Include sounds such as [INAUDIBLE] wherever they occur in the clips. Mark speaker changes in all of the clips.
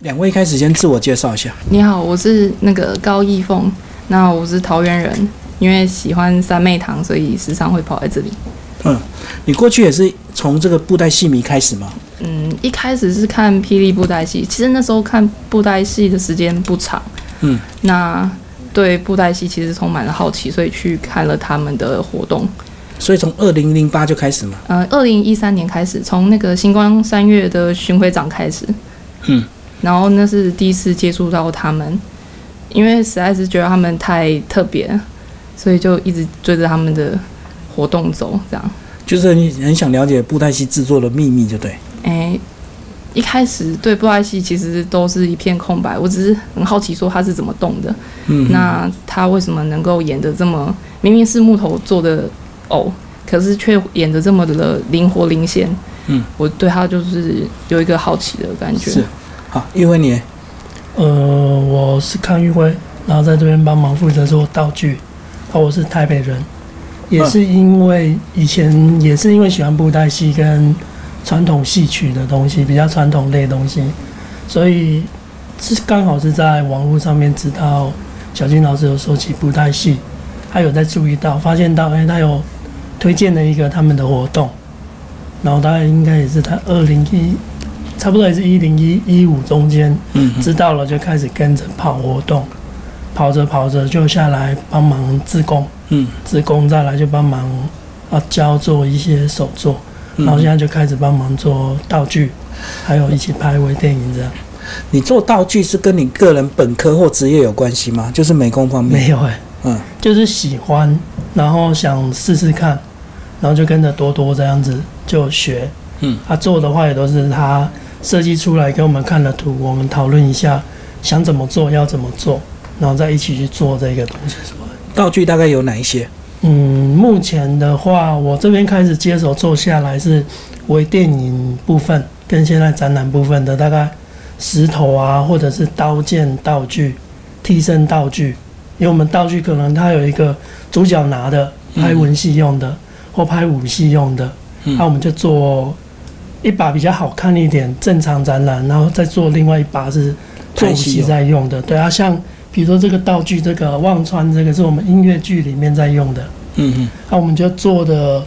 Speaker 1: 两位一开始先自我介绍一下。
Speaker 2: 你好，我是那个高义凤，那我是桃园人，因为喜欢三妹堂，所以时常会跑来这里。
Speaker 1: 你过去也是从这个布袋戏迷开始吗？
Speaker 2: 嗯，一开始是看霹雳布袋戏，其实那时候看布袋戏的时间不长。
Speaker 1: 嗯，
Speaker 2: 那对布袋戏其实充满了好奇，所以去看了他们的活动。
Speaker 1: 所以从二零零八就开始嘛。
Speaker 2: 呃，二零一三年开始，从那个星光三月的巡回展开始，
Speaker 1: 嗯，
Speaker 2: 然后那是第一次接触到他们，因为实在是觉得他们太特别了，所以就一直追着他们的活动走，这样。
Speaker 1: 就是你很想了解布袋戏制作的秘密，就对。
Speaker 2: 哎，一开始对布袋戏其实都是一片空白，我只是很好奇说它是怎么动的，
Speaker 1: 嗯，
Speaker 2: 那他为什么能够演得这么明明是木头做的偶，可是却演得这么的灵活灵现？
Speaker 1: 嗯，
Speaker 2: 我对他就是有一个好奇的感觉。
Speaker 1: 是好，玉辉你
Speaker 3: 呃，我是康玉辉，然后在这边帮忙负责做道具。啊，我是台北人，也是因为以前也是因为喜欢布袋戏跟传统戏曲的东西，比较传统类的东西，所以是刚好是在网络上面知道小金老师有说起布袋戏，他有在注意到，发现到哎、他有推荐了一个他们的活动，然后大概应该也是他二零一，差不多也是一零一一五中间。
Speaker 1: 嗯
Speaker 3: 知道了就开始跟着跑活动，跑着跑着就下来帮忙自工，
Speaker 1: 嗯，
Speaker 3: 自工再来就帮忙啊教做一些手作，
Speaker 1: 嗯
Speaker 3: 然后现在就开始帮忙做道具，还有一起拍微电影这样。
Speaker 1: 你做道具是跟你个人本科或职业有关系吗？就是美工方面。
Speaker 3: 没有哎、
Speaker 1: 嗯，
Speaker 3: 就是喜欢，然后想试试看，然后就跟着多多这样子就学。
Speaker 1: 嗯，
Speaker 3: 他做的话也都是他设计出来给我们看了图，我们讨论一下想怎么做，要怎么做，然后再一起去做这个东西出来。
Speaker 1: 道具大概有哪一些？
Speaker 3: 嗯，目前的话，我这边开始接手做下来是微电影部分跟现在展览部分的大概石头啊，或者是刀剑道具、替身道具，因为我们道具可能它有一个主角拿的
Speaker 1: 嗯
Speaker 3: 拍文戏用的、或拍武戏用的，
Speaker 1: 嗯
Speaker 3: 那、我们就做一把比较好看一点正常展览，然后再做另外一把是做武戏在用的。对啊，像比如说这个道具，这个忘川，这个是我们音乐剧里面在用的。
Speaker 1: 嗯嗯，
Speaker 3: 那、我们就做的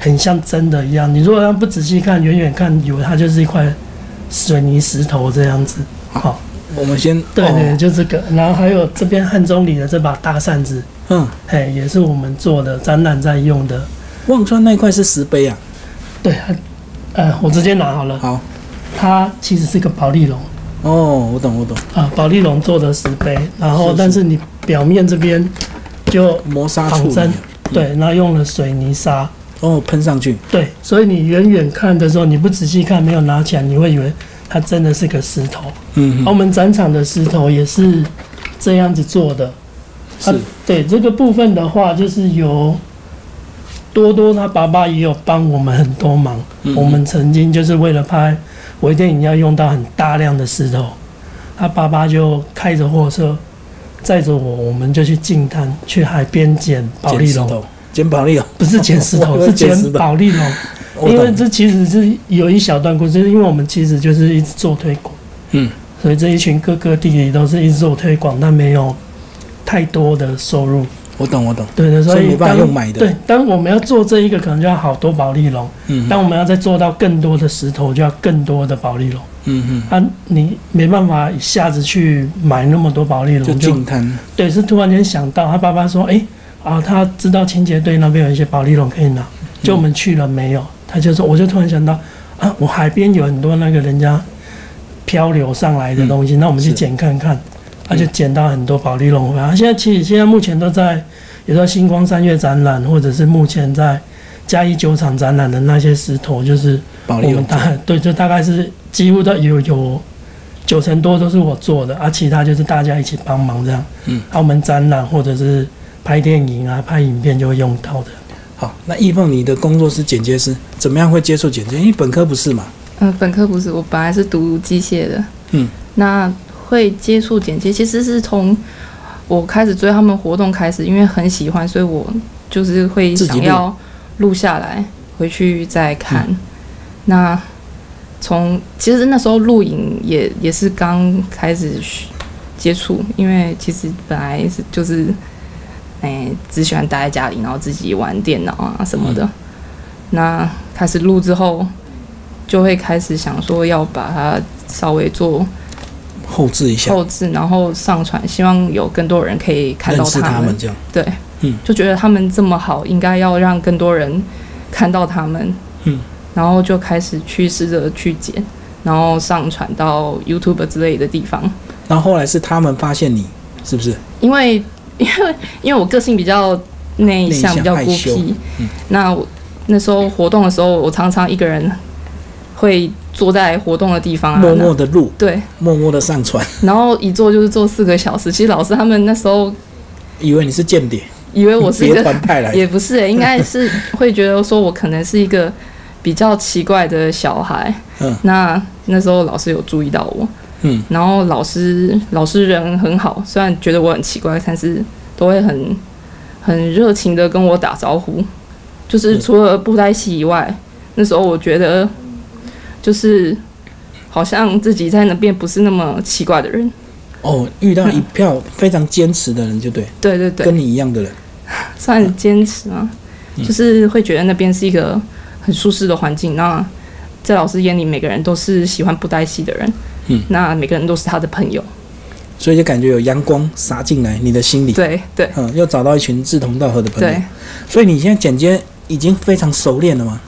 Speaker 3: 很像真的一样。你如果要不仔细看，远远看，以为它就是一块水泥石头这样子。好，
Speaker 1: 我们先
Speaker 3: 对对，
Speaker 1: 哦
Speaker 3: 就这个。然后还有这边汉中里的这把大扇子，
Speaker 1: 嗯，
Speaker 3: 嘿，也是我们做的展览在用的。
Speaker 1: 忘川那一块是石碑啊。
Speaker 3: 对，它呃，我直接拿好了。
Speaker 1: 好，
Speaker 3: 它其实是个保利龙
Speaker 1: 哦，我懂我懂，
Speaker 3: 啊，保利龙做的石碑。然
Speaker 1: 是
Speaker 3: 后，
Speaker 1: 是
Speaker 3: 但是你表面这边就
Speaker 1: 磨砂处
Speaker 3: 仿
Speaker 1: 理啊
Speaker 3: 真，对，
Speaker 1: 嗯
Speaker 3: 然后用了水泥沙。
Speaker 1: 哦，喷上去。
Speaker 3: 对，所以你远远看的时候，你不仔细看，没有拿起来，你会以为它真的是个石头。
Speaker 1: 嗯
Speaker 3: 而我
Speaker 1: 嗯，
Speaker 3: 们展场的石头也是这样子做的。它
Speaker 1: 是，
Speaker 3: 对这个部分的话，就是由多多他爸爸也有帮我们很多忙。
Speaker 1: 嗯
Speaker 3: 我们曾经就是为了拍微电影要用到很大量的石头，他爸爸就开着货车载着我，我们就去近滩，去海边捡宝丽
Speaker 1: 捡石
Speaker 3: 龙，
Speaker 1: 头，捡宝丽龙，
Speaker 3: 不是捡石
Speaker 1: [LAUGHS] 我以
Speaker 3: 头，
Speaker 1: 为
Speaker 3: 是
Speaker 1: 捡石
Speaker 3: 捡
Speaker 1: 头
Speaker 3: 宝丽龙。
Speaker 1: 我
Speaker 3: 因为
Speaker 1: 懂
Speaker 3: 这其实是有一小段故事，因为我们其实就是一直做推广，
Speaker 1: 嗯，
Speaker 3: 所以这一群哥哥弟弟都是一直做推广，但没有太多的收入，
Speaker 1: 我懂我懂，
Speaker 3: 对的，
Speaker 1: 所以
Speaker 3: 以
Speaker 1: 没办法
Speaker 3: 当
Speaker 1: 用买的
Speaker 3: 对，当我们要做这一个，可能就要好多保利龙；
Speaker 1: 嗯
Speaker 3: 当我们要再做到更多的石头，就要更多的保利龙。
Speaker 1: 嗯
Speaker 3: 啊，你没办法一下子去买那么多保利
Speaker 1: 嗯，就
Speaker 3: 龙，
Speaker 1: 近滩，
Speaker 3: 对，是突然间想到，他爸爸说：“诶，啊，他知道清洁队那边有一些保利龙可以拿，就我们去了没有？”他就说：“我就突然想到，啊，我海边有很多那个人家漂流上来的东西，那我们去
Speaker 1: 嗯是
Speaker 3: 捡看看。”他就
Speaker 1: 嗯
Speaker 3: 捡到很多保利龙回来。啊现在其实现在目前都在，比如说星光三月展览，或者是目前在嘉义酒厂展览的那些石头，就是
Speaker 1: 宝
Speaker 3: 我
Speaker 1: 丽
Speaker 3: 们
Speaker 1: 龙，
Speaker 3: 大对，哦就大概是几乎都有有九成多都是我做的，啊，其他就是大家一起帮忙这样。
Speaker 1: 嗯，
Speaker 3: 澳门展览或者是拍电影啊、拍影片就会用到的。
Speaker 1: 好，那易凤，你的工作是剪接师，怎么样会接触剪接？因为本科不是嘛，
Speaker 2: 嗯、本科不是，我本来是读机械的。
Speaker 1: 嗯，
Speaker 2: 那会接触剪接，其实是从我开始追他们活动开始，因为很喜欢，所以我就是会
Speaker 1: 自己
Speaker 2: 想
Speaker 1: 录嗯
Speaker 2: 要录下来，回去再看。那从其实那时候录影也也是刚开始学接触，因为其实本来是就是，哎、只喜欢待在家里，然后自己玩电脑啊什么
Speaker 1: 嗯
Speaker 2: 的。那开始录之后，就会开始想说要把它稍微做
Speaker 1: 后置一下，
Speaker 2: 后置，然后上传，希望有更多人可以看到
Speaker 1: 认识他
Speaker 2: 们
Speaker 1: 们。这样。
Speaker 2: 对，
Speaker 1: 嗯
Speaker 2: 就觉得他们这么好，应该要让更多人看到他们，
Speaker 1: 嗯，
Speaker 2: 然后就开始去试着去剪，然后上传到 YouTube 之类的地方，
Speaker 1: 然后后来是他们发现你，是不是？
Speaker 2: 因为 [LAUGHS] 因为因为我个性比较内
Speaker 1: 内向
Speaker 2: 向，比较
Speaker 1: 害
Speaker 2: 孤
Speaker 1: 羞
Speaker 2: 僻，
Speaker 1: 嗯
Speaker 2: 那我那时候活动的时候，我常常一个人会坐在活动的地方啊，
Speaker 1: 默默
Speaker 2: 那
Speaker 1: 的录，
Speaker 2: 对，
Speaker 1: 默默的上传，
Speaker 2: 然后一坐就是坐四个小时。其实老师他们那时候
Speaker 1: 以为你是间谍，
Speaker 2: 以为我是一
Speaker 1: 别
Speaker 2: 个
Speaker 1: 团派来的。
Speaker 2: 也不是、欸，应该是会觉得说我可能是一个比较奇怪的小孩。
Speaker 1: 嗯
Speaker 2: 那那时候老师有注意到我，
Speaker 1: 嗯，
Speaker 2: 然后老师老师人很好，虽然觉得我很奇怪，但是都会很很热情的跟我打招呼。就是
Speaker 1: 嗯
Speaker 2: 除了布袋戏以外，那时候我觉得就是好像自己在那边不是那么奇怪的人。
Speaker 1: 哦，遇到一票非常坚持的人，就对，
Speaker 2: 对对对，
Speaker 1: 跟你一样的人。
Speaker 2: 算坚持吗？
Speaker 1: 嗯
Speaker 2: 就是会觉得那边是一个很舒适的环境。那在老师眼里，每个人都是喜欢布袋戏的人，
Speaker 1: 嗯，
Speaker 2: 那每个人都是他的朋友。
Speaker 1: 所以就感觉有阳光洒进来你的心里，
Speaker 2: 对对
Speaker 1: 嗯，又找到一群志同道合的朋友
Speaker 2: 对，，
Speaker 1: 所以你现在剪接已经非常熟练了嘛，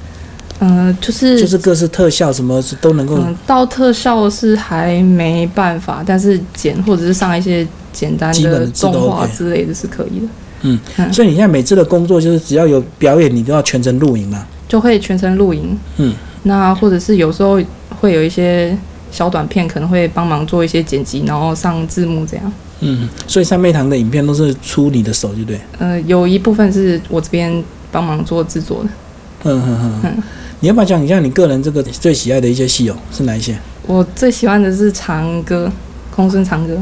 Speaker 2: 嗯、就是
Speaker 1: 就是各式特效什么都能够
Speaker 2: 嗯、，到特效是还没办法，但是剪或者是上一些简单
Speaker 1: 基本的字都
Speaker 2: 动画
Speaker 1: OK
Speaker 2: 之类的是可以的，嗯
Speaker 1: 所以你现在每次的工作就是只要有表演，你都要全程录影嘛，
Speaker 2: 就会全程录影。
Speaker 1: 嗯，
Speaker 2: 那或者是有时候会有一些小短片，可能会帮忙做一些剪辑，然后上字幕这样。
Speaker 1: 嗯，所以三妹堂的影片都是出你的手，就对，
Speaker 2: 呃，有一部分是我这边帮忙做制作的。
Speaker 1: 嗯哼哼
Speaker 2: 嗯，
Speaker 1: 你要不要讲一下你个人这个最喜爱的一些戏哦，是哪一些？
Speaker 2: 我最喜欢的是长歌，空孙长歌。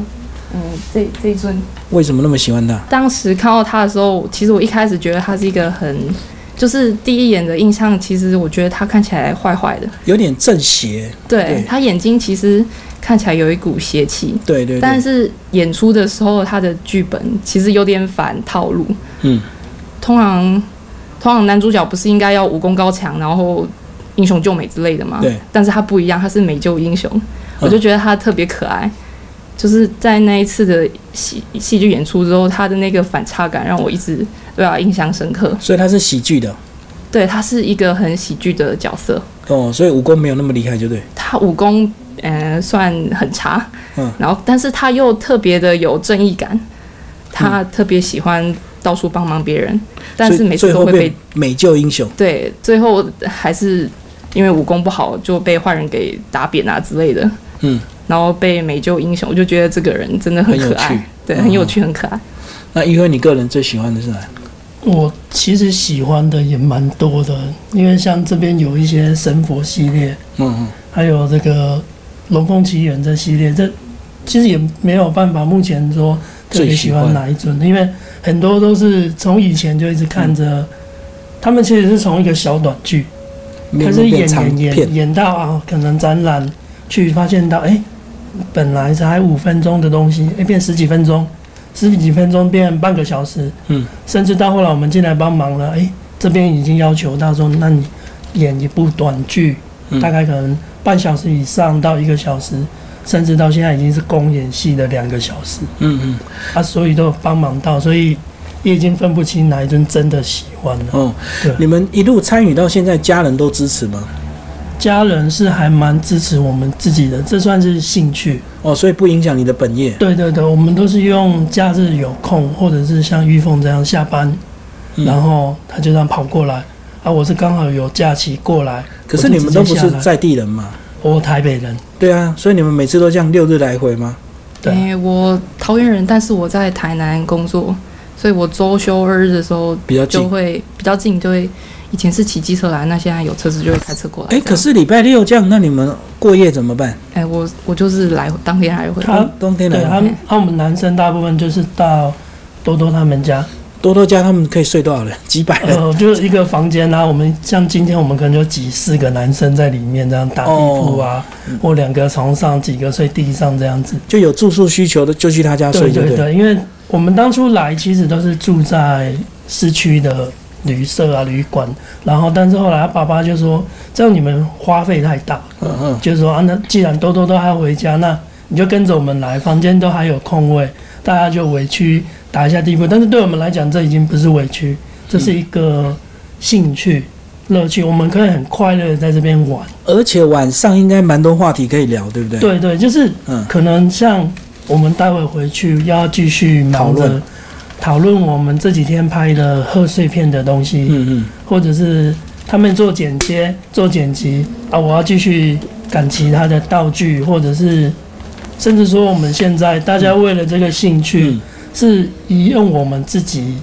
Speaker 2: 嗯，这这一尊，
Speaker 1: 为什么那么喜欢它？
Speaker 2: 当时看到他的时候，其实我一开始觉得他是一个很，就是第一眼的印象，其实我觉得他看起来坏坏的，
Speaker 1: 有点正邪，
Speaker 2: 对
Speaker 1: 对
Speaker 2: 他眼睛其实看起来有一股邪气，
Speaker 1: 对对
Speaker 2: 但
Speaker 1: 对，
Speaker 2: 是演出的时候他的剧本其实有点反套路，
Speaker 1: 嗯，
Speaker 2: 通常通常男主角不是应该要武功高强，然后英雄救美之类的吗？
Speaker 1: 对。嗯
Speaker 2: 但是他不一样，他是美救英雄，我就觉得他特别可爱。就是在那一次的戏戏剧演出之后，他的那个反差感让我一直对啊印象深刻。
Speaker 1: 所以它是喜剧的
Speaker 2: 对他是一个很喜剧的角色，
Speaker 1: 哦，所以武功没有那么厉害，就对，
Speaker 2: 他武功嗯、呃算很差，
Speaker 1: 嗯，
Speaker 2: 然后但是他又特别的有正义感，他特别喜欢到处帮忙别人，但
Speaker 1: 嗯
Speaker 2: 是
Speaker 1: 所以
Speaker 2: 每次
Speaker 1: 最
Speaker 2: 都
Speaker 1: 后
Speaker 2: 会被
Speaker 1: 变美救英雄。
Speaker 2: 对，最后还是因为武功不好就被坏人给打扁啊之类的。
Speaker 1: 嗯，
Speaker 2: 然后被美救英雄，我就觉得这个人真的很
Speaker 1: 很有
Speaker 2: 可爱，
Speaker 1: 趣
Speaker 2: 对，
Speaker 1: 嗯
Speaker 2: 很有趣，很可爱。
Speaker 1: 那因为你个人最喜欢的是哪？
Speaker 3: 我其实喜欢的也蛮多的，因为像这边有一些神佛系列，
Speaker 1: 嗯
Speaker 3: 还有这个《龙凤奇缘》这系列，这其实也没有办法，目前说特别喜欢哪一尊，因为很多都是从以前就一直看着。他们其实是从一个小短剧，
Speaker 1: 嗯，
Speaker 3: 可
Speaker 1: 有
Speaker 3: 是
Speaker 1: 变
Speaker 3: 演
Speaker 1: 长
Speaker 3: 演
Speaker 1: 片
Speaker 3: 演，演到啊，可能展览去发现到，哎、本来才五分钟的东西，哎、变十几分钟，十几分钟变半个小时，
Speaker 1: 嗯，
Speaker 3: 甚至到后来我们进来帮忙了，哎、这边已经要求到说，那你演一部短剧，
Speaker 1: 嗯
Speaker 3: 大概可能半小时以上到一个小时，甚至到现在已经是公演戏的两个小时，
Speaker 1: 嗯嗯
Speaker 3: 啊，所以都有帮忙到，所以也已经分不清哪一尊真的喜欢了。
Speaker 1: 哦
Speaker 3: 对，
Speaker 1: 你们一路参与到现在，家人都支持吗？
Speaker 3: 家人是还蛮支持我们自己的，这算是兴趣。
Speaker 1: 哦，所以不影响你的本业。
Speaker 3: 对对对，我们都是用假日有空，或者是像玉凤这样下班，
Speaker 1: 嗯
Speaker 3: 然后他就这样跑过来。啊，我是刚好有假期过来，
Speaker 1: 可是你们都不是
Speaker 3: 我就直接下
Speaker 1: 在地人嘛？
Speaker 3: 我台北人，
Speaker 1: 对啊，所以你们每次都这样六日来回吗？
Speaker 3: 对啊
Speaker 2: 诶、我桃园人，但是我在台南工作，所以我周休二日的时候
Speaker 1: 比较近
Speaker 2: 就。会比较近，就会以前是骑机车来，那现在有车子就会开车过来。
Speaker 1: 哎，
Speaker 3: 啊
Speaker 1: 可
Speaker 2: 是
Speaker 1: 是礼拜六这样，那你们过夜怎么办？
Speaker 2: 哎、我我就是来当
Speaker 1: 啊
Speaker 2: 天来回，嗯
Speaker 3: 他
Speaker 1: 冬天
Speaker 3: 对
Speaker 1: 来
Speaker 3: 啊他
Speaker 1: 吗
Speaker 3: 们，他们男生大部分就是到多多他们家，
Speaker 1: 多多家他们可以睡多少人？ [LAUGHS] 几百人？
Speaker 3: 呃，就是一个房间啦、我们像今天我们可能就几四个男生在里面这样打地铺
Speaker 1: 哦
Speaker 3: 啊，
Speaker 1: 嗯
Speaker 3: 或两个床上，几个睡地上这样子。
Speaker 1: 就有住宿需求的就去他家睡，
Speaker 3: 对
Speaker 1: 啊就
Speaker 3: 对
Speaker 1: 对了。
Speaker 3: 对，因为我们当初来其实都是住在市区的旅社啊、旅馆，然后但是后来他爸爸就说，这样你们花费太大，
Speaker 1: 嗯嗯，
Speaker 3: 就是说啊，那既然多多都还要回家，那你就跟着我们来，房间都还有空位，大家就委屈打一下地铺。但是对我们来讲，这已经不是委屈，这是一个兴趣、乐趣，我们可以很快乐的在这边玩。
Speaker 1: 而且晚上应该蛮多话题可以聊，对不对？，
Speaker 3: 对对，就是
Speaker 1: 嗯
Speaker 3: 可能像我们待会回去要继续
Speaker 1: 讨
Speaker 3: 忙
Speaker 1: 论
Speaker 3: 着讨论我们这几天拍的贺岁片的东西，
Speaker 1: 嗯嗯，
Speaker 3: 或者是他们做剪接、做剪辑啊，我要继续赶其他的道具，或者是甚至说我们现在大家为了这个兴趣，
Speaker 1: 嗯
Speaker 3: 是以用我们自己，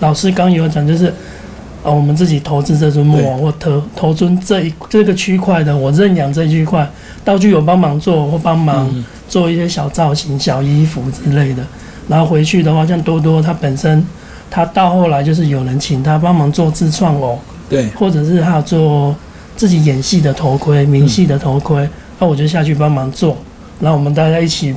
Speaker 3: 老师刚有讲就是。啊，我们自己投资这尊木偶或投投尊这一这个区块的，我认养这一区块，道具有帮忙做或帮忙
Speaker 1: 嗯
Speaker 3: 做一些小造型、小衣服之类的。然后回去的话，像多多他本身，他到后来就是有人请他帮忙做自创偶，
Speaker 1: 对，
Speaker 3: 或者是他有做自己演戏的头盔、明戏的头盔，那、我就下去帮忙做，然后我们大家一起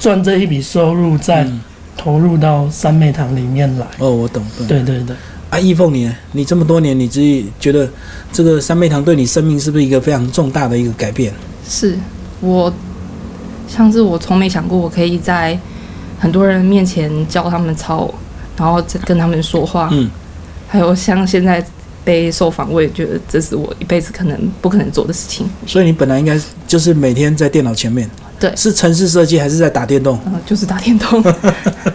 Speaker 3: 赚这一笔收入，再
Speaker 1: 嗯
Speaker 3: 投入到三妹堂里面来。
Speaker 1: 哦，我懂，懂。
Speaker 3: 对对对，
Speaker 1: 啊，易凤你呢，你这么多年，你自己觉得这个三妹堂对你生命是不是一个非常重大的一个改变？
Speaker 2: 是我，像是我从没想过我可以在很多人面前教他们操，然后再跟他们说话，
Speaker 1: 嗯，
Speaker 2: 还有像现在被受访，我也觉得这是我一辈子可能不可能做的事情。
Speaker 1: 所以你本来应该就是每天在电脑前面，
Speaker 2: 对
Speaker 1: 是城市设计还是在打电动？
Speaker 2: 嗯、就是打电动，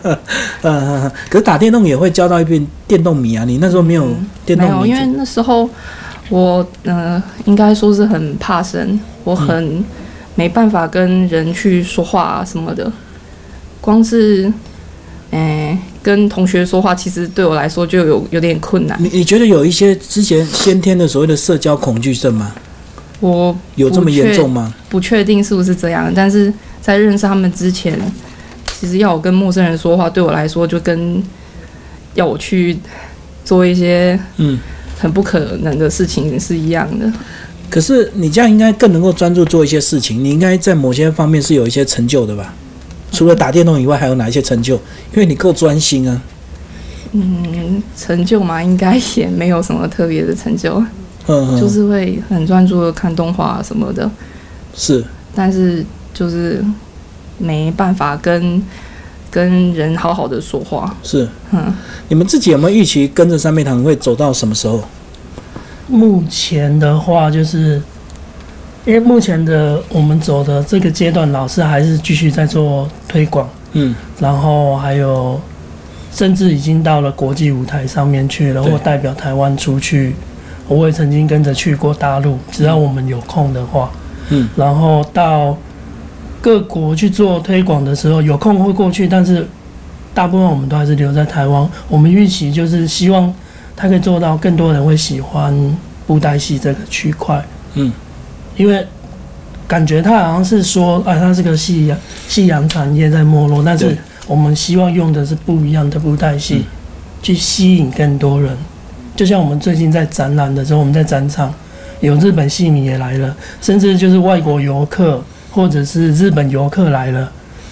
Speaker 1: 嗯、呃，可是打电动也会交到一片电动迷啊，你那时候没有电
Speaker 2: 嗯没
Speaker 1: 动
Speaker 2: 有，
Speaker 1: 迷
Speaker 2: 因为那时候我呃，应该说是很怕生，我很
Speaker 1: 嗯
Speaker 2: 没办法跟人去说话、啊、什么的，光是哎、跟同学说话，其实对我来说就有有点困难。
Speaker 1: 你你觉得有一些之前先天的所谓的社交恐惧症吗？
Speaker 2: 我
Speaker 1: 有这么严重吗？
Speaker 2: 不确定是不是这样，但是在认识他们之前，其实要我跟陌生人说话，对我来说就跟要我去做一些
Speaker 1: 嗯，
Speaker 2: 很不可能的事情是一样的。
Speaker 1: 可是你这样应该更能够专注做一些事情，你应该在某些方面是有一些成就的吧？除了打电动以外，还有哪一些成就？因为你够专心啊。
Speaker 2: 嗯，成就嘛，应该也没有什么特别的成就，
Speaker 1: 嗯，嗯
Speaker 2: 就是会很专注的看动画什么的，
Speaker 1: 是
Speaker 2: 但是就是没办法跟跟人好好的说话。
Speaker 1: 是，
Speaker 2: 嗯，
Speaker 1: 你们自己有没有预期跟着三妹堂会走到什么时候？
Speaker 3: 目前的话就是。因为目前的我们走的这个阶段，老师还是继续在做推广，
Speaker 1: 嗯，
Speaker 3: 然后还有甚至已经到了国际舞台上面去了，
Speaker 1: 对
Speaker 3: 或代表台湾出去。我也曾经跟着去过大陆，只要我们有空的话，
Speaker 1: 嗯，
Speaker 3: 然后到各国去做推广的时候，有空会过去，但是大部分我们都还是留在台湾。我们预期就是希望它可以做到更多人会喜欢布袋戏这个区块，
Speaker 1: 嗯，
Speaker 3: 因为感觉它好像是说，啊，它是个夕阳夕阳产业在没落，但是
Speaker 1: 对
Speaker 3: 我们希望用的是不一样的布袋戏，
Speaker 1: 嗯
Speaker 3: 去吸引更多人。就像我们最近在展览的时候，我们在展场有日本戏迷也来了，甚至就是外国游客或者是日本游客来了，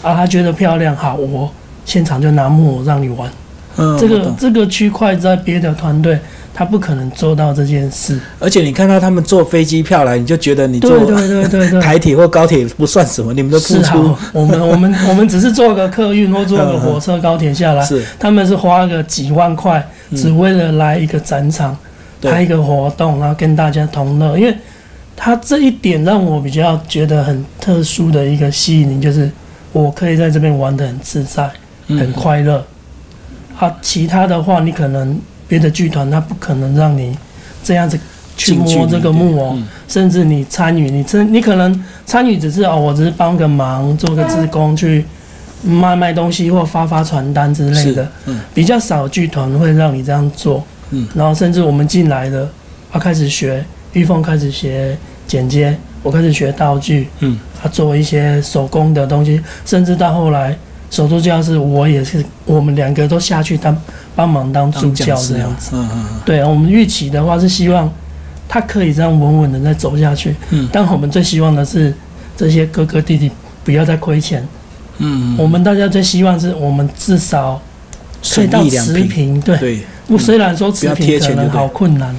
Speaker 3: 啊，他觉得漂亮，好，我现场就拿木偶让你玩。
Speaker 1: 嗯，
Speaker 3: 这
Speaker 1: 我
Speaker 3: 个
Speaker 1: 懂
Speaker 3: 这个区块在别的团队，他不可能做到这件事。
Speaker 1: 而且你看到他们坐飞机票来，你就觉得你坐
Speaker 3: 对对对对对，
Speaker 1: 台铁或高铁不算什么，你们的付
Speaker 3: 是
Speaker 1: 出嗯
Speaker 3: 好，我们
Speaker 1: [LAUGHS]
Speaker 3: 我们我们只是坐个客运或坐个火车、高铁下来，
Speaker 1: 是
Speaker 3: 他啊们是花个几万块，
Speaker 1: 嗯
Speaker 3: 只为了来一个展场，
Speaker 1: 对
Speaker 3: 拍一个活动，然后跟大家同乐。因为他这一点让我比较觉得很特殊的一个吸引力，就是我可以在这边玩得很自在，很
Speaker 1: 嗯，
Speaker 3: 快乐。啊，其他的话，你可能别的剧团他不可能让你这样子去
Speaker 1: 近距
Speaker 3: 摸
Speaker 1: 离
Speaker 3: 这个木偶，
Speaker 1: 嗯
Speaker 3: 甚至你参与，你真你可能参与只是哦，我只是帮个忙，做个志工去卖卖东西或发发传单之类的
Speaker 1: 是，嗯
Speaker 3: 比较少剧团会让你这样做。
Speaker 1: 嗯
Speaker 3: 然后甚至我们进来的，他、开始学玉凤开始学剪接，我开始学道具，
Speaker 1: 嗯，
Speaker 3: 他、做一些手工的东西，甚至到后来手作教室，我也是我们两个都下去当帮忙当助
Speaker 1: 当
Speaker 3: 教
Speaker 1: 讲师
Speaker 3: 这样
Speaker 1: 啊
Speaker 3: 子。，
Speaker 1: 嗯嗯嗯，
Speaker 3: 对啊，我们预期的话是希望他可以这样稳稳的再走下去。
Speaker 1: 嗯
Speaker 3: 但我们最希望的是这些哥哥弟弟不要再亏钱。
Speaker 1: 嗯，
Speaker 3: 我们大家最希望是我们至少
Speaker 1: 损
Speaker 3: 可以到
Speaker 1: 益良
Speaker 3: 持
Speaker 1: 平，
Speaker 3: 平。对，
Speaker 1: 对，
Speaker 3: 不虽然说持
Speaker 1: 不要贴
Speaker 3: 平
Speaker 1: 钱
Speaker 3: 可
Speaker 1: 就对
Speaker 3: 能好困难，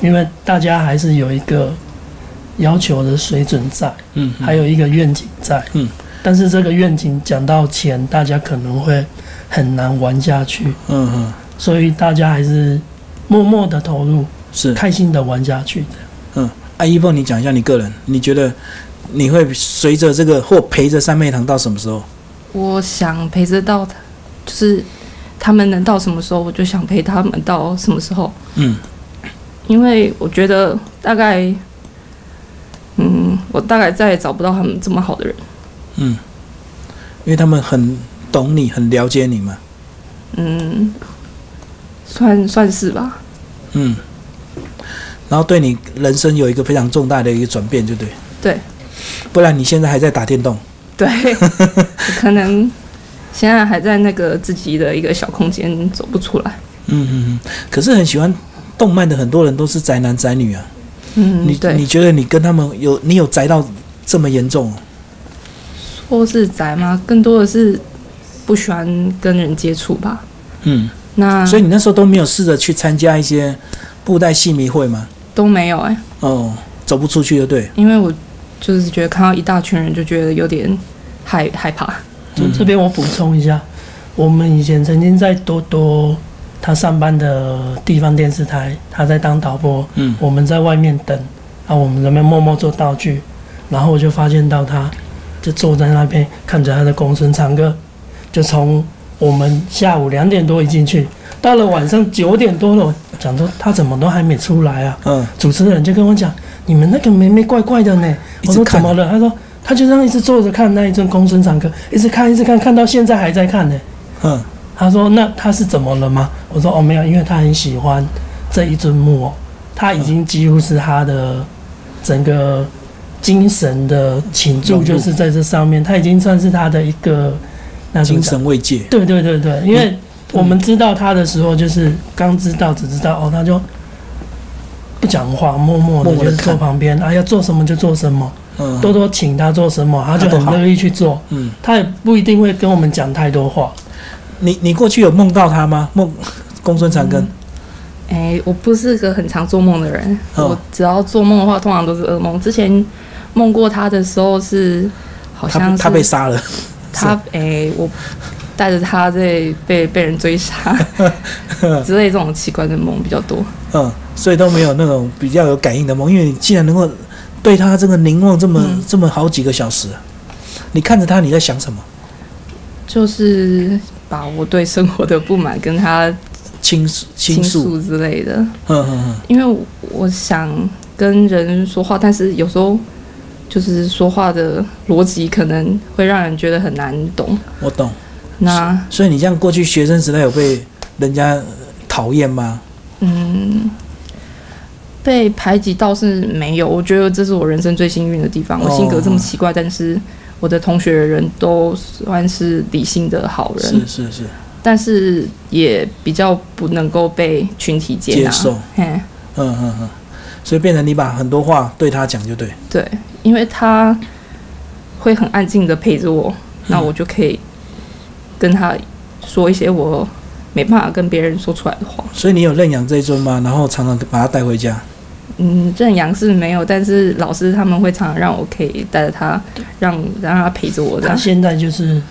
Speaker 3: 因为大家还是有一个要求的水准在，
Speaker 1: 嗯，嗯
Speaker 3: 还有一个愿景在。
Speaker 1: 嗯，
Speaker 3: 但是这个愿景讲到钱，大家可能会很难玩下去，
Speaker 1: 嗯嗯
Speaker 3: 所以大家还是默默的投入，
Speaker 1: 是。
Speaker 3: 开心的玩下去的。
Speaker 1: 啊，一凤，你讲一下你个人，你觉得你会随着这个或陪着三妹堂到什么时候？
Speaker 2: 我想陪着到他，就是他们能到什么时候，我就想陪他们到什么时候。
Speaker 1: 嗯，
Speaker 2: 因为我觉得大概，嗯，我大概再也找不到他们这么好的人。
Speaker 1: 因为他们很懂你，很了解你嘛。
Speaker 2: 嗯，算算是吧。
Speaker 1: 嗯，然后对你人生有一个非常重大的一个转变，就对。
Speaker 2: 对。
Speaker 1: 不然你现在还在打电动，
Speaker 2: 对， [LAUGHS] 可能现在还在那个自己的一个小空间走不出来。
Speaker 1: 嗯嗯嗯。可是很喜欢动漫的很多人都是宅男宅女啊，
Speaker 2: 嗯
Speaker 1: 你，
Speaker 2: 对，
Speaker 1: 你觉得你跟他们有你有宅到这么严重哦、
Speaker 2: 说是宅吗？更多的是不喜欢跟人接触吧。
Speaker 1: 嗯，
Speaker 2: 那
Speaker 1: 所以你那时候都没有试着去参加一些布袋戏迷会吗？
Speaker 2: 都没有哎、
Speaker 1: 哦，走不出去就对。
Speaker 2: 因为我就是觉得看到一大群人就觉得有点害害怕。
Speaker 3: 就这边我补充一下，我们以前曾经在多多他上班的地方电视台，他在当导播，
Speaker 1: 嗯
Speaker 3: 我们在外面等，啊，我们在那边默默做道具，然后我就发现到他就坐在那边看着他的公孙长歌，就从我们下午两点多一进去，到了晚上九点多了，我讲说他怎么都还没出来啊？
Speaker 1: 嗯，
Speaker 3: 主持人就跟我讲，你们那个妹妹怪怪的呢。
Speaker 1: 一
Speaker 3: 我
Speaker 1: 直
Speaker 3: 说
Speaker 1: 看
Speaker 3: 怎么了？他说他就这样一直坐着看那一尊公孙长歌，一直看一直看，看到现在还在看呢。
Speaker 1: 嗯
Speaker 3: 他说那他是怎么了吗？我说哦没有，因为他很喜欢这一尊木偶，他已经几乎是他的整个精神的倾
Speaker 1: 融
Speaker 3: 注
Speaker 1: 入
Speaker 3: 就是在这上面，他已经算是他的一个那种
Speaker 1: 精神慰藉。
Speaker 3: 对对对对，因为我们知道他的时候，就是刚知道，只知道哦，他就不讲话，默默
Speaker 1: 默
Speaker 3: 的
Speaker 1: 默地
Speaker 3: 就是坐
Speaker 1: 看
Speaker 3: 旁边，啊，要做什么就做什么，
Speaker 1: 嗯，
Speaker 3: 多多请他做什么，他就
Speaker 1: 他都
Speaker 3: 很
Speaker 1: 好
Speaker 3: 乐意去做，
Speaker 1: 嗯，
Speaker 3: 他也不一定会跟我们讲太多话。
Speaker 1: 你你过去有梦到他吗？梦 [LAUGHS] 公孙长庚，
Speaker 2: 哎、我不是个很常做梦的人，
Speaker 1: 哦
Speaker 2: 我只要做梦的话，通常都是噩梦。之前梦过他的时候是嗯好像
Speaker 1: 他
Speaker 2: 是
Speaker 1: 他被杀了。
Speaker 2: 他哎、我带着他在被被人
Speaker 1: [LAUGHS]
Speaker 2: 追杀之类这种奇怪的梦比较多。
Speaker 1: 嗯，所以都没有那种比较有感应的梦，因为你既然能够对他这个凝望这么、
Speaker 2: 嗯
Speaker 1: 这么好几个小时，你看着他你在想什么？
Speaker 2: 就是把我对生活的不满跟他
Speaker 1: 倾诉倾
Speaker 2: 倾
Speaker 1: 诉，
Speaker 2: 诉之类的，
Speaker 1: 嗯嗯
Speaker 2: 因为我我想跟人说话，但是有时候就是说话的逻辑可能会让人觉得很难懂。
Speaker 1: 嗯，我懂。
Speaker 2: 那
Speaker 1: 所以你这样过去学生时代有被人家呃讨厌吗？
Speaker 2: 嗯，被排挤倒是没有，我觉得这是我人生最幸运的地方。我性
Speaker 1: 哦
Speaker 2: 格这么奇怪，但是我的同学人都算是理性的好人
Speaker 1: 是，是是，
Speaker 2: 但是也比较不能够被群体接
Speaker 1: 接
Speaker 2: 纳。
Speaker 1: 受
Speaker 2: 嘿，
Speaker 1: 嗯嗯嗯，所以变成你把很多话对他讲就对，
Speaker 2: 对，因为他会很安静的陪着我，那我就可以跟他说一些我没办法跟别人说出来的话。
Speaker 1: 所以你有认养这一尊吗？然后常常把他带回家。
Speaker 2: 嗯，正阳是没有，但是老师他们会常常让我可以带着他，让让他陪着我这
Speaker 1: 啊
Speaker 3: 他
Speaker 2: 样。
Speaker 3: 现在就是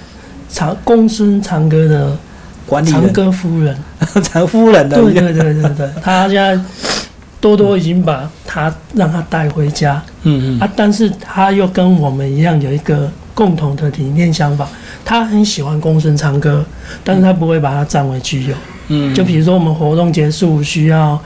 Speaker 3: 长公孙长歌的
Speaker 1: 管理
Speaker 3: 长
Speaker 1: [LAUGHS] 人，
Speaker 3: 歌夫人，
Speaker 1: 长夫人的，嗯
Speaker 3: 对对对对对，他现在多多已经把他让他带回家，
Speaker 1: 嗯嗯
Speaker 3: 啊，但是他又跟我们一样有一个共同的理念想法，他很喜欢公孙长歌，但是他不会把它占为己有。
Speaker 2: 啊
Speaker 1: 嗯，
Speaker 3: 就比如说我们活动结束需要，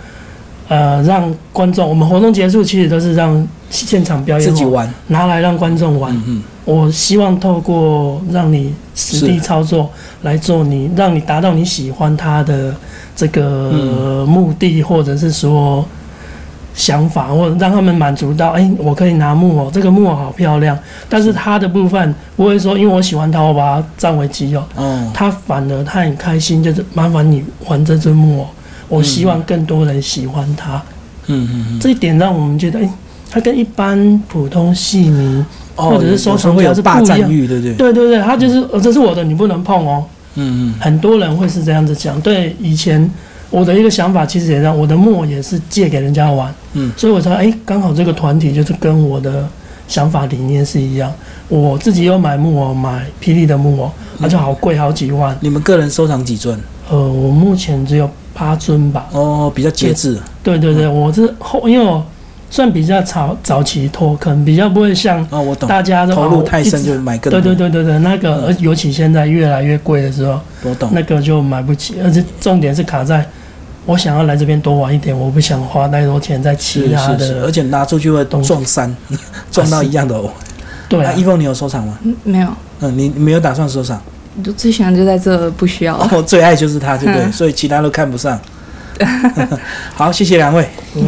Speaker 3: 呃，让观众，我们活动结束其实都是让现场表演
Speaker 1: 自己
Speaker 3: 我
Speaker 1: 玩，
Speaker 3: 拿来让观众玩。
Speaker 1: 哎嗯嗯
Speaker 3: 我希望透过让你实地
Speaker 1: 是
Speaker 3: 操作来做你，让你达到你喜欢它的这个
Speaker 1: 嗯
Speaker 3: 目的，或者是说想法，或者让他们满足到，哎、我可以拿木偶，这个木偶好漂亮。但是他的部分不会说，因为我喜欢它，我把它占为己有。
Speaker 1: 哦，
Speaker 3: 他反而他很开心，就是麻烦你玩这只木偶，我希望更多人喜欢它。
Speaker 1: 嗯嗯嗯，
Speaker 3: 这一点让我们觉得，哎、它跟一般普通戏迷，
Speaker 1: 哦
Speaker 3: 或者是
Speaker 1: 有
Speaker 3: 收
Speaker 1: 时候
Speaker 3: 藏
Speaker 1: 会
Speaker 3: 家
Speaker 1: 有
Speaker 3: 是不
Speaker 1: 霸
Speaker 3: 一
Speaker 1: 占
Speaker 3: 样
Speaker 1: 欲，对不对？
Speaker 3: 对对对，它就是、呃这是我的，你不能碰哦。
Speaker 1: 嗯嗯，
Speaker 3: 很多人会是这样子讲。对，以前我的一个想法其实也让我的木偶也是借给人家玩，
Speaker 1: 嗯
Speaker 3: 所以我才哎，刚好这个团体就是跟我的想法理念是一样。我自己有买木偶，买霹雳的木偶，
Speaker 1: 嗯
Speaker 3: 而且好贵，好几万。
Speaker 1: 你们个人收藏几尊？
Speaker 3: 呃，我目前只有八尊吧。
Speaker 1: 哦，比较节制。
Speaker 3: 对对对，我是后，因为我算比较早早期脱坑，比较不会像
Speaker 1: 哦，我懂，
Speaker 3: 大家都
Speaker 1: 投入太
Speaker 3: 哦
Speaker 1: 深
Speaker 3: 一直
Speaker 1: 就买更多。
Speaker 3: 对对对对对，那个，
Speaker 1: 嗯
Speaker 3: 而尤其现在越来越贵的时候，
Speaker 1: 对，我懂。
Speaker 3: 那个就买不起，而且重点是卡在我想要来这边多玩一点，我不想花太多钱在
Speaker 1: 是
Speaker 3: 其他
Speaker 1: 是
Speaker 3: 的。
Speaker 1: 是，而且拿出去会
Speaker 3: 东西
Speaker 1: 撞
Speaker 3: [LAUGHS]
Speaker 1: 山，撞到一样的哦。
Speaker 3: 对、
Speaker 1: 那
Speaker 3: 啊，
Speaker 1: 一凤，你有收藏吗？
Speaker 2: 嗯，没有，
Speaker 1: 嗯，你你没有打算收藏？
Speaker 3: [LAUGHS]
Speaker 2: 就最喜欢就在这，不需
Speaker 1: 哦
Speaker 2: 要。
Speaker 3: [LAUGHS]
Speaker 1: 我最爱就是它，对不对？
Speaker 2: 嗯
Speaker 1: 所以其他都看不上。好，谢谢两位。
Speaker 3: 对。